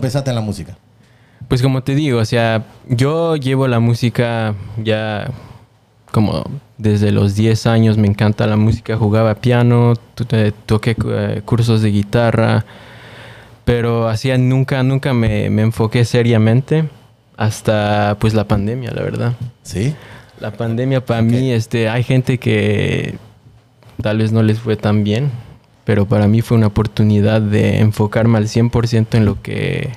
empezaste en la música? Pues como te digo, o sea, yo llevo la música ya como desde los 10 años, me encanta la música, jugaba piano, tu- eh, toqué eh, cursos de guitarra, pero hacía nunca, nunca me, me enfoqué seriamente hasta pues la pandemia, la verdad. Sí. La pandemia para mí, este, hay gente que tal vez no les fue tan bien, pero para mí fue una oportunidad de enfocarme al 100% en lo que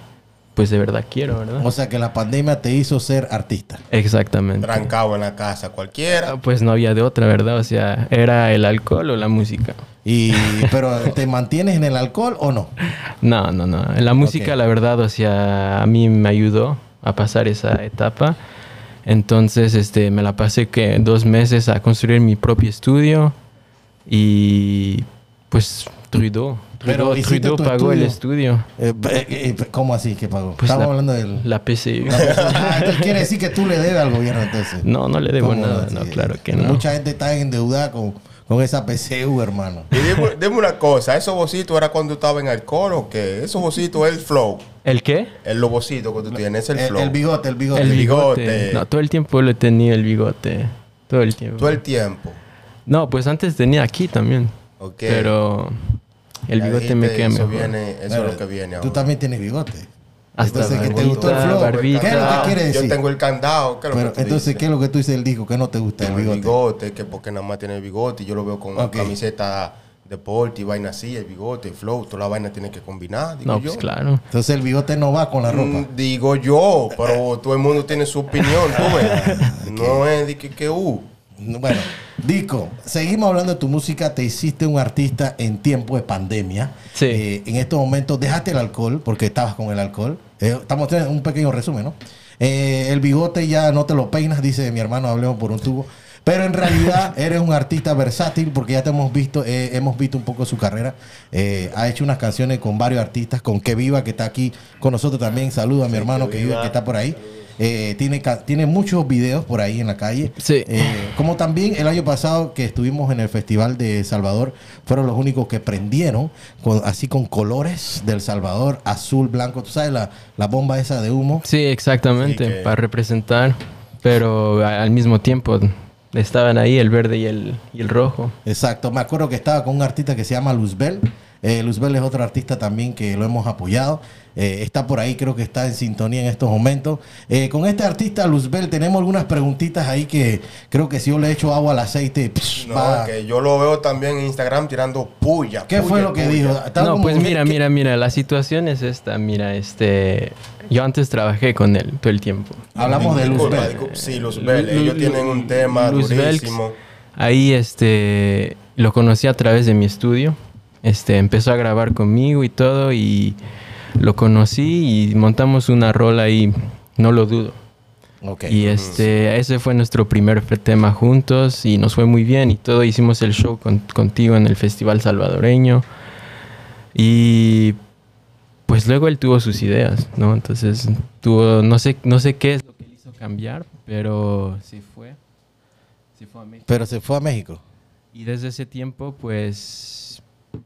pues de verdad quiero, ¿verdad? O sea que la pandemia te hizo ser artista. Exactamente. Trancado en la casa cualquiera. Ah, Pues no había de otra, ¿verdad? O sea, era el alcohol o la música. Y, pero ¿te mantienes en el alcohol o no? No, no, no. La música, Ok. la verdad, o sea, a mí me ayudó a pasar esa etapa. Entonces, este, me la pasé que dos meses a construir mi propio estudio y, pues, Trudeau. Pero Trudeau, hiciste Trudeau tu pagó el estudio. Eh, eh, eh, ¿Cómo así que pagó? Pues Estamos la- hablando del... La PCU. Ah, entonces quiere decir que tú le debes al gobierno entonces. No, no le debo ¿Cómo nada. así? No, claro que no. Mucha gente está endeudada con, con esa PCU, hermano. Y dime, dime una cosa, ¿esos bocitos era cuando estaba en alcohol o qué? Esos bocitos es el flow. ¿El qué? El lobocito que tú tienes, el El, flow. el bigote, el bigote. El bigote. bigote. No, todo el tiempo lo he tenido el bigote. Todo el tiempo. Todo el tiempo. No, pues antes tenía aquí también. Ok. Pero el Ya bigote me dijiste, queda eso mejor. eh. viene, Eso es lo que viene Tú ahora. también tienes bigote. Hasta entonces, que te barbita, gustó el flow. barbita. ¿Qué es lo que quiere decir? Yo tengo el candado. ¿qué es lo Pero que tú entonces, dices? ¿qué es lo que tú dices del disco? que no te gusta? El Tengo el bigote. bigote? que porque nada más tiene el bigote. y Yo lo veo con Ok. camiseta deporte y vaina así, el bigote, el flow. Toda la vaina tiene que combinar, digo No, yo. pues claro. Entonces, el bigote no va con la ropa. Mm, Digo yo, pero todo el mundo tiene su opinión, tú ves. No es de que, que uh. Bueno, Dico, seguimos hablando de tu música. Te hiciste un artista en tiempo de pandemia. Sí. Eh, en estos momentos dejaste el alcohol porque estabas con el alcohol. Eh, estamos teniendo un pequeño resumen, ¿no? Eh, el bigote ya no te lo peinas, dice mi hermano, hablemos por un tubo. Pero en realidad eres un artista versátil porque ya te hemos visto, eh, hemos visto un poco su carrera. Eh, ha hecho unas canciones con varios artistas, con Que Viva, que está aquí con nosotros también. Saluda a mi hermano Que Viva, que está por ahí. Eh, tiene, ca- tiene muchos videos por ahí en la calle. Sí. Eh, como también el año pasado que estuvimos en el Festival de Salvador, fueron los únicos que prendieron, con- así con colores del Salvador, azul, blanco, tú sabes, la, la bomba esa de humo. Sí, exactamente, Así que- para representar. Pero a- al mismo tiempo estaban ahí el verde y el, y el rojo. Exacto, me acuerdo que estaba con un artista que se llama Luzbel. Eh, Luzbel es otro artista también que lo hemos apoyado. Eh, está por ahí, creo que está en sintonía en estos momentos. Eh, con este artista Luzbel tenemos algunas preguntitas ahí que creo que si yo le echo agua al aceite, psh, No, va. que yo lo veo también en Instagram tirando puya. ¿qué puya, fue lo que puya. dijo? Estaba No, como- pues mira, ¿qué- mira, mira, la situación es esta. Mira, este. Yo antes trabajé con él todo el tiempo. Hablamos de Disculpa, Luzbel. disculpa. Sí, Luz Lu- Bell. Ellos Lu- tienen un tema Luz Bell, durísimo. Ahí este lo conocí a través de mi estudio. Este empezó a grabar conmigo y todo y lo conocí y montamos una rola ahí, no lo dudo. Ok. Y este ese fue nuestro primer fe- tema juntos y nos fue muy bien y todo hicimos el show con- contigo en el Festival Salvadoreño. Y pues luego él tuvo sus ideas, ¿no? Entonces tuvo no sé no sé qué es lo que le hizo cambiar, pero sí fue sí fue a México. Pero se fue a México. Y desde ese tiempo, pues,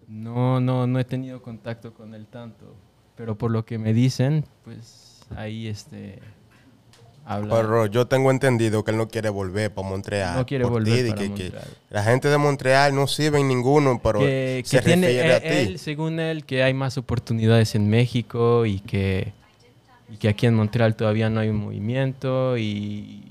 no, no, no he tenido contacto con él tanto. Pero por lo que me dicen, pues, ahí, este, habla. Pero yo tengo entendido que él no quiere volver para Montreal. No quiere por volver ti, de para que- Montreal. que la gente de Montreal no sirve en ninguno, pero que, se que tiene eh, e- refiere a ti. él, él, según él, que hay más oportunidades en México y que, y que aquí en Montreal todavía no hay un movimiento y,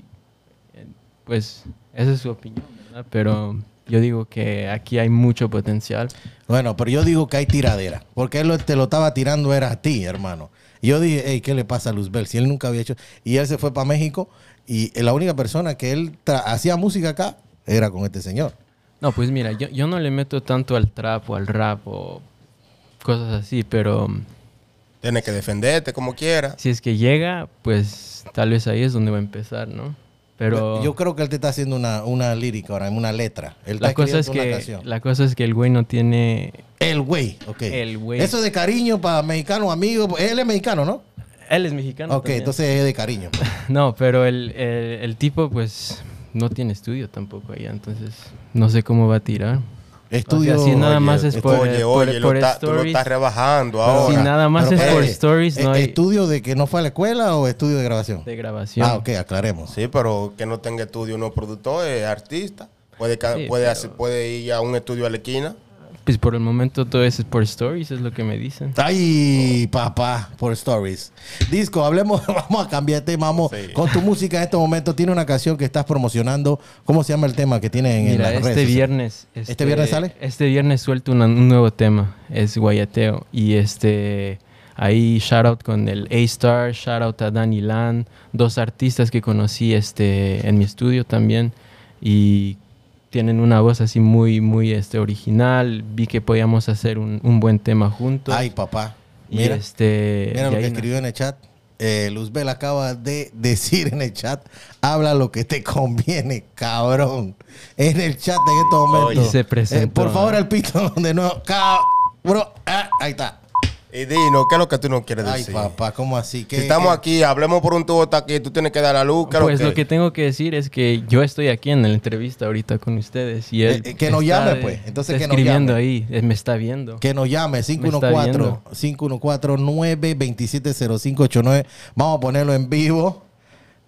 eh, pues, esa es su opinión, ¿verdad? Pero yo digo que aquí hay mucho potencial. Bueno, pero yo digo que hay tiradera. Porque él lo- te lo estaba tirando era a ti, hermano. Y yo dije, hey, ¿qué le pasa a Luzbel? Si él nunca había hecho... Y él se fue para México y la única persona que él tra- hacía música acá era con este señor. No, pues mira, yo, yo no le meto tanto al trap o al rap o cosas así, pero mm, Tienes que defenderte como quiera. si es que llega, pues tal vez ahí es donde va a empezar, ¿no? Pero Yo creo que él te está haciendo una, una lírica ahora, una letra. Él está la cosa, es escribiendo una que, canción. la cosa es que el güey no tiene... El güey, ok. El güey. Eso de cariño para mexicanos, amigos. Él es mexicano, ¿no? Él es mexicano. ok, también. entonces es de cariño. No, pero el, el- el tipo pues no tiene estudio tampoco allá, entonces no sé cómo va a tirar. Estudio. O sea, si nada Oye, más es estudio- por- Oye, oye, lo por está- tú lo stories. estás rebajando Pero ahora. si nada más Pero es por espérate, stories, no ¿e- hay ¿Estudio de que no fue a la escuela o estudio de grabación? de grabación. Ah, ok, aclaremos. Sí, pero que no tenga estudio, no productor, es artista. Puede, ca- Sí, puede, pero- hacer- puede ir a un estudio a la esquina. Pues por el momento todo eso es por stories, es lo que me dicen. Ay, papá, por stories. Disco, hablemos, vamos a cambiar de tema, vamos Sí. con tu música en este momento. Tiene una canción que estás promocionando. ¿Cómo se llama el tema que tiene en, en Mira, las este redes? viernes. ¿Este viernes sale? Este viernes suelto una- un nuevo tema, es Guayateo. Y este. Ahí shout out con el A-Star, shout out a Danny Lan, dos artistas que conocí este, en mi estudio también. Y tienen una voz así muy, muy este, original. Vi que podíamos hacer un, un buen tema juntos. Ay, papá. y Mira, este. mira y lo que ahí- escribió en el chat. Eh, Luzbel acaba de decir en el chat: habla lo que te conviene, cabrón. En el chat en este momento. Y se presentó. ¿eh? por favor, al pito de nuevo. Cabrón. Ah, ahí está. Y dinos, ¿qué es lo que tú no quieres Ay, decir? papá, ¿cómo así? Si ¿Qué- estamos qué- aquí, hablemos por un tubo, está aquí, tú tienes que dar la luz. ¿qué es Pues lo que tengo que decir es que yo estoy aquí en la entrevista ahorita con ustedes y él Eh, eh, que nos está, llame, eh, pues. Entonces, está que nos escribiendo llame. ahí, él me está viendo. Que nos llame Me está 514 514-927-0589. Vamos a ponerlo en vivo.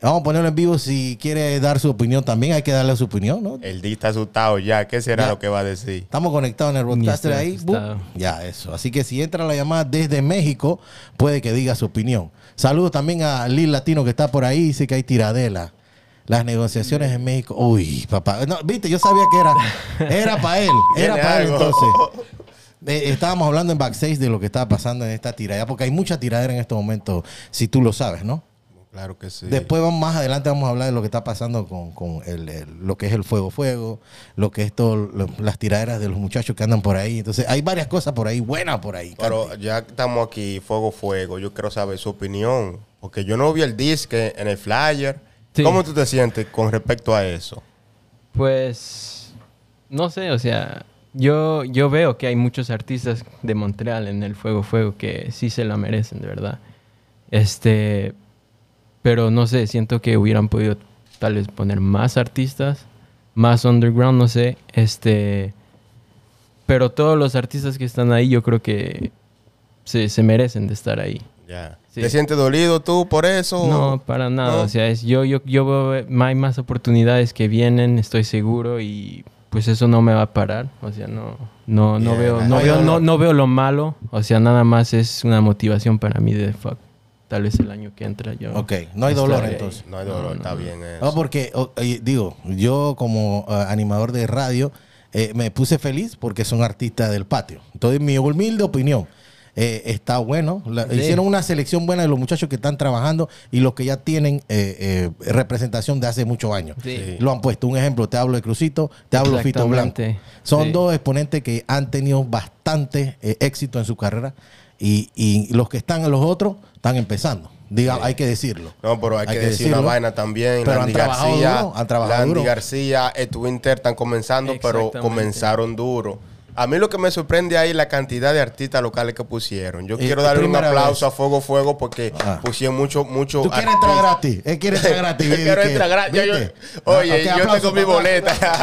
Vamos a ponerlo en vivo si quiere dar su opinión también. Hay que darle su opinión, ¿no? El D está asustado ya. ¿Qué será Ya. lo que va a decir? Estamos conectados en el broadcaster estoy ahí. boom. asustado. Ya, eso. Así que si entra la llamada desde México, puede que diga su opinión. Saludos también a Lil Latino que está por ahí. Dice que hay tiradela. Las negociaciones en México. Uy, papá. No, viste, yo sabía que era. Era para él. Era Tiene para él algo. entonces. Eh, estábamos hablando en backstage de lo que estaba pasando en esta tiradera, porque hay mucha tiradera en este momento, si tú lo sabes, ¿no? Claro que sí. Después vamos, más adelante vamos a hablar de lo que está pasando con, con el- el- lo que es el fuego fuego, lo que es todo, lo- las tiraderas de los muchachos que andan por ahí. Entonces hay varias cosas por ahí, buenas por ahí. Pero Cante. ya que estamos aquí, fuego, fuego. Yo quiero saber su opinión. Porque yo no vi el disco en el flyer. Sí. ¿Cómo tú te sientes con respecto a eso? Pues no sé, o sea, yo, yo veo que hay muchos artistas de Montreal en el Fuego Fuego que sí se la merecen, de verdad. Este, pero no sé, siento que hubieran podido tal vez poner más artistas, más underground, no sé, este, pero todos los artistas que están ahí yo creo que se, se merecen de estar ahí. Ya. Sí. ¿Te sientes dolido tú por eso? No, para nada. No. O sea, es, yo, yo, yo veo, eh, hay más oportunidades que vienen, estoy seguro, y pues eso no me va a parar. O sea, no, no, no Yeah, veo, man. no Oye, veo, no. no, no veo lo malo. O sea, nada más es una motivación para mí de fuck. Tal vez el año que entra yo. Ok, no hay dolor estaré ahí. entonces. No hay dolor, está bien eso. No, porque, o- oye, digo, yo como ah, animador de radio eh, me puse feliz porque son artistas del patio. Entonces, mi humilde opinión. eh, está bueno. La- Sí. Hicieron una selección buena de los muchachos que están trabajando y los que ya tienen eh, eh, representación de hace muchos años. Sí. Lo han puesto. Un ejemplo, te hablo de Crucito, te hablo de Fito Blanco. Exactamente. Son Sí. dos exponentes que han tenido bastante eh, éxito en su carrera y, y los que están en los otros están empezando. Diga, hay que decirlo. No, pero hay, que, decir una decirlo. vaina también. Pero han trabajado García, duro, han trabajado Landy duro. García, Edwin Winter están comenzando, pero Exactamente. comenzaron duro. A mí lo que me sorprende ahí es la cantidad de artistas locales que pusieron. Yo Y- quiero darle un primera aplauso vez. a Fuego Fuego porque Ah. pusieron mucho, mucho. Tú quieres entrar gratis. Él quiere entrar gratis. Yo quiero ¿viste? entrar gratis. Yo- yo- ¿Viste? Oye, Ah, ok, yo aplauso, tengo mi aplauso. boleta.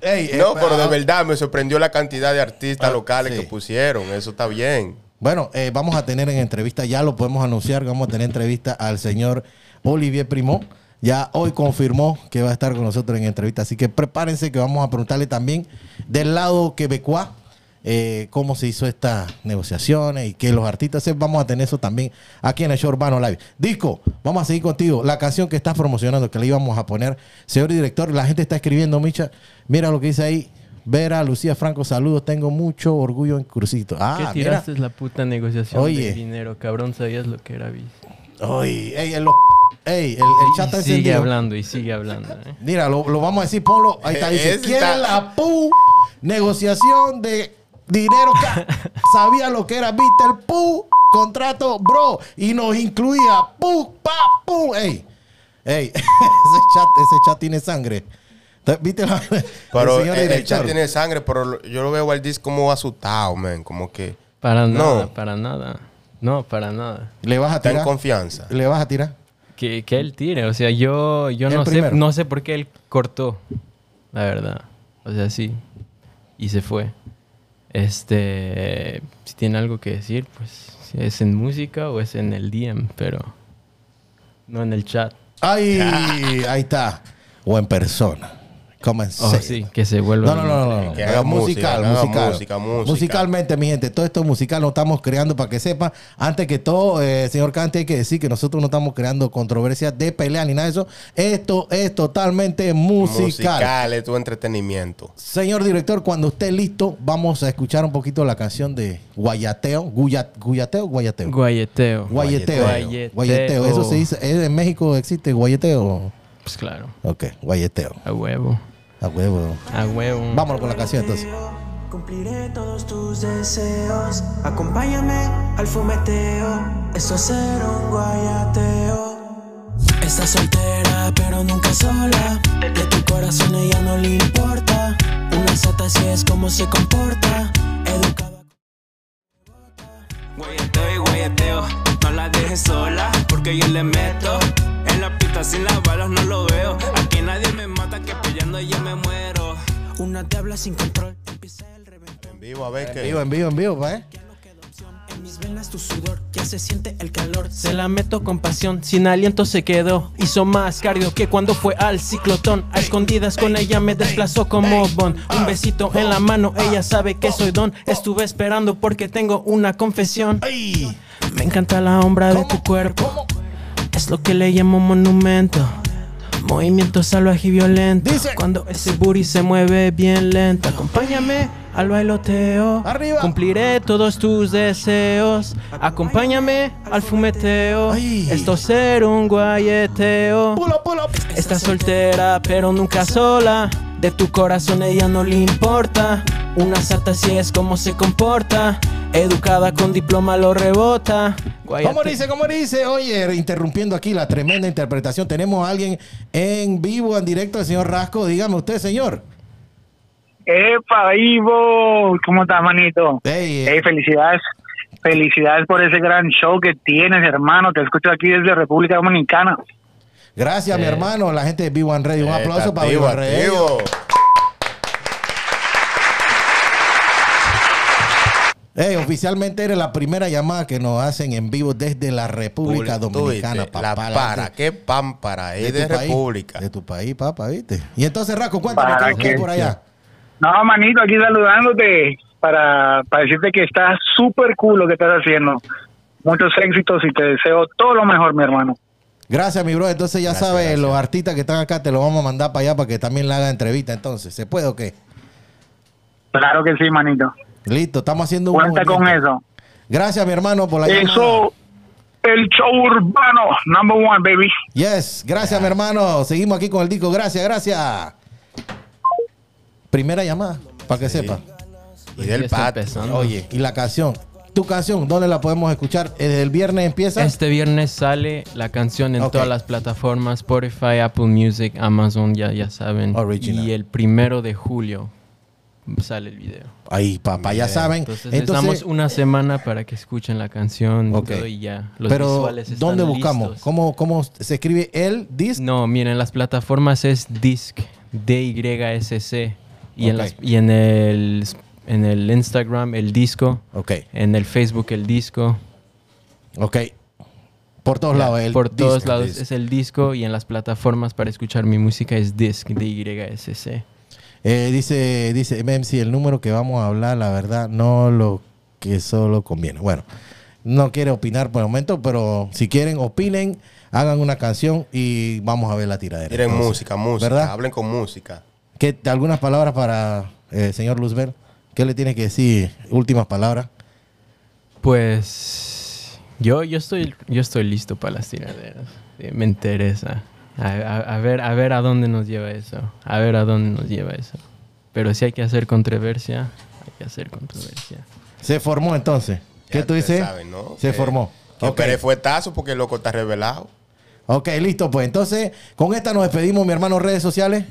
Ey, eh, no, pero de ah, verdad me sorprendió la cantidad de artistas Ah, locales sí. que pusieron. Eso está bien. Bueno, eh, vamos a tener en entrevista, ya lo podemos anunciar, vamos a tener entrevista al señor Olivier Primo. Ya hoy confirmó que va a estar con nosotros en entrevista. Así que prepárense que vamos a preguntarle también del lado quebecuá eh, cómo se hizo estas negociaciones y que los artistas. eh, Vamos a tener eso también aquí en el Show Urbano Live. Disco, vamos a seguir contigo. La canción que estás promocionando, que le íbamos a poner. Señor director, la gente está escribiendo, Micha. Mira lo que dice ahí. Vera, Lucía Franco, saludos. Tengo mucho orgullo en Crucito. Ah, ¿Qué mira. tiraste la puta negociación Oye. del dinero? Cabrón, sabías lo que era. bis. Ay, ey, el, lo- ey, el, el chat Y está sigue encendido. hablando y sigue hablando. ¿eh? Mira, lo, lo vamos a decir, ponlo. Ahí está, dice. Ese está- ¿Quieren la pu? Negociación de dinero. ca- Sabía lo que era, viste el pu. Contrato, bro. Y nos incluía pu, pa, pu. Ey, ey, ese chat, ese chat tiene sangre. ¿Viste la, Pero eh, el, señor el director? chat tiene sangre, pero lo- yo lo veo al disco como asustado, man. Como que Para No. nada, para nada. No, para nada. Le vas a está en tirar. confianza. Le vas a tirar. que, que él tire. O sea, yo, yo El no, sé, primero. no sé por qué él cortó, la verdad. O sea, sí. Y se fue. Este, si tiene algo que decir, pues si es en música o es en el DM, pero no en el chat. Ay, ahí está. O en persona. Comencé. Oh, sí, que se vuelva. No, no, no, no, no. Que haga musical, música, que haga musical. música, música. Musicalmente, mi gente, todo esto musical lo estamos creando para que sepa. Antes que todo, eh, señor Cante, hay que decir que nosotros no estamos creando controversias de pelea ni nada de eso. Esto es totalmente musical. Musical es tu entretenimiento. Señor director, cuando esté listo, vamos a escuchar un poquito la canción de Guayateo. Guya- Guyateo, Guayateo. Guayeteo. Guayeteo. Guayeteo. Guayeteo. Eso se dice. ¿es- En México existe guayeteo. Pues claro, Ok, guayeteo. a huevo. A huevo. A huevo. Vámonos con la canción entonces. Cumpliré todos tus deseos. Acompáñame al fumeteo. Eso es ser un guayateo. Estás soltera, pero nunca sola. De tu corazón ella no le importa. Una sata así es como se comporta. Educada. Guayeteo y guayeteo, no la dejes sola, porque yo le meto. En la pista sin las balas no lo veo. Aquí nadie me mata, que peleando yo me muero. Una te habla sin control. Empieza el reventón. En vivo, a ver En vivo, qué. en vivo, en vivo, pa, eh. Ya no queda opción. En mis venas tu sudor. Ya se siente el calor. Se la meto con pasión, sin aliento se quedó. Hizo más cardio que cuando fue al ciclotón. A escondidas con ella me desplazó como Bon. Un besito en la mano, ella sabe que soy Don. Estuve esperando porque tengo una confesión. Me encanta la sombra de tu cuerpo. Es lo que le llamo monumento. Movimiento salvaje y violento. Dice. Cuando ese booty se mueve bien lento. Acompáñame al bailoteo. Arriba. Cumpliré todos tus deseos. Acompáñame al fumeteo. Ay. Esto es ser un guayeteo. Estás soltera, pero nunca sola. De tu corazón ella no le importa. Una sata si es como se comporta. Educada con diploma lo rebota. Guayate- ¿Cómo dice? ¿Cómo dice? Oye, interrumpiendo aquí la tremenda interpretación. Tenemos a alguien en vivo, en directo, el señor Rasco. Dígame usted, señor. ¡Epa, Ivo! ¿Cómo estás, manito? Ey, eh, Hey, felicidades. Felicidades por ese gran show que tienes, hermano. Te escucho aquí desde República Dominicana. gracias, mi eh. hermano. La gente de B1 Radio. Un Eh, aplauso está para activo, B1 Radio. activo. Ey, Eh, oficialmente eres la primera llamada que nos hacen en vivo desde la República Tú Dominicana, viste, La papá. para, gente qué pámpara, es de tu país, República. de tu país, papá, ¿viste? Y entonces, Rasco, cuéntame Para qué es lo que hay que- por allá. No, manito, aquí saludándote para, para decirte que está súper cool lo que estás haciendo. Muchos éxitos y te deseo todo lo mejor, mi hermano. Gracias, mi bro. Entonces, ya Gracias, sabes, gracias. los artistas que están acá te los vamos a mandar para allá para que también le hagan entrevista. Entonces, ¿se puede o qué? Claro que sí, manito. Listo, estamos haciendo un. Cuenta con movimiento. eso. Gracias, mi hermano, por la llamada. Eso, el show urbano, number one, baby. Yes, gracias, mi hermano. Seguimos aquí con el disco. Gracias, gracias. Primera llamada, para que sepa. Y del Está patio. empezando. Oye, y la canción. Tu canción, ¿dónde la podemos escuchar? ¿Desde el viernes empieza? Este viernes sale la canción en Ok. todas las plataformas, Spotify, Apple Music, Amazon, ya, ya saben. Original. Y el primero de julio sale el video. Ahí, papá, ya saben. Entonces, les damos Entonces, una semana para que escuchen la canción y Ok. todo y ya. Los pero visuales están ¿dónde buscamos? listos. ¿Cómo, ¿Cómo se escribe el disco? No, miren, las plataformas es Disc, D-Y-S-C. Y, en, Ok. las- y en, el, en el Instagram, el disco. Ok, En el Facebook, el disco. ok. Por todos lados. El Por todos disco, lados disco. es el disco y en las plataformas para escuchar mi música es Disc, D-Y-S-C. Eh, dice, dice MMC, el número que vamos a hablar, la verdad, no lo que solo conviene. Bueno, no quiere opinar por el momento, pero si quieren, opinen, hagan una canción y vamos a ver la tiradera. Miren Entonces, música, música. ¿Verdad? Hablen con música. ¿Qué- algunas palabras para el señor Luzbel. ¿Qué le tiene que decir? Últimas palabras. Pues yo, yo, estoy, yo estoy listo para las tiraderas. Sí, Me interesa. A, a- a ver, a ver a dónde nos lleva eso. A ver a dónde nos lleva eso. Pero si hay que hacer controversia, hay que hacer controversia. Se formó entonces. ¿Qué Ya tú ustedes dices? saben, ¿no? Se Que- formó. Que Ok. Pérez fue tazo porque el loco está revelado. Ok, listo, pues entonces con esta nos despedimos, mi hermano, redes sociales.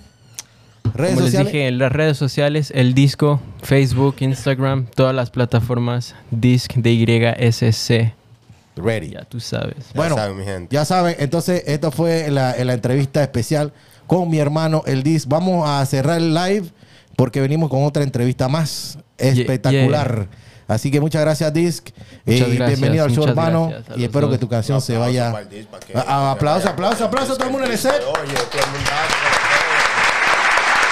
Redes Como les sociales. dije, en las redes sociales, el disco, Facebook, Instagram, todas las plataformas, disc de YSC. Ready. Ya tú sabes. Bueno, saben, mi gente. ya saben, entonces esto fue la, la entrevista especial con mi hermano El Diz. Vamos a cerrar el live porque venimos con otra entrevista más espectacular. Así que muchas gracias, Disc. Muchas Eh, gracias, bienvenido al show, muchas hermano. gracias a y los espero que dos. tu canción se vaya. Aplauso para el disc, para que- Ah, ah, aplauso, se vaya. aplauso, aplauso. Todo el mundo en el set. Oye, todo el mundo. Gracias.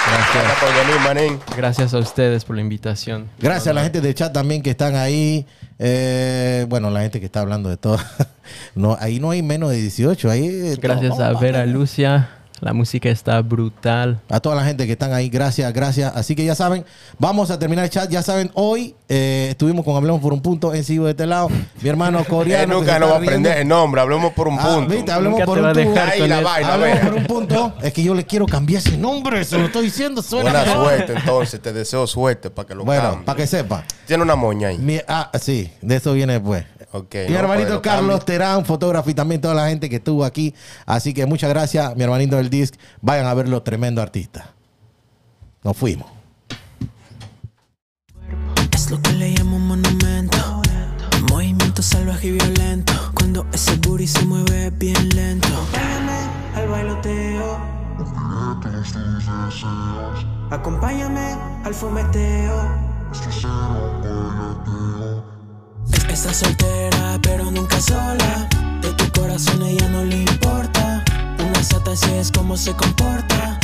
Gracias por venir, manín. Gracias a ustedes por la invitación. Gracias a la gente del chat también que están ahí. Eh, bueno, la gente que está hablando de todo. No, ahí no hay menos de 18. Ahí Gracias a Vera Lucia. La música está brutal. A toda la gente que están ahí, gracias, gracias. Así que ya saben, vamos a terminar el chat. Ya saben, hoy eh, estuvimos con Hablemos por un punto en Sigo de este lado. Mi hermano Él coreano. que se nunca nos va está a riendo. aprender el nombre. Hablemos por un Ah, viste, punto. hablemos Nunca por te un va a punto. dejar Ahí con la él. vaina, Hablemos vea. por un punto. Es que yo le quiero cambiar ese nombre, se lo estoy diciendo. Suena Buena mejor. suerte, entonces. Te deseo suerte para que lo Bueno, cambie. para que sepa. Tiene una moña ahí. Mi- ah, sí, de eso viene después. Ok, mi no, hermanito pero Carlos cambia. Terán, fotógrafo y también toda la gente que estuvo aquí. Así que muchas gracias, mi hermanito del disc. Vayan a verlo, tremendo artista. Nos fuimos. Es lo que le llamo un monumento. Movimiento salvaje y violento. Cuando ese booty se mueve bien lento. Acompáñame al bailoteo. Acompáñame al fumeteo. Es- Está soltera, pero nunca sola. De tu corazón ella no le importa. Una sata, así es como se comporta.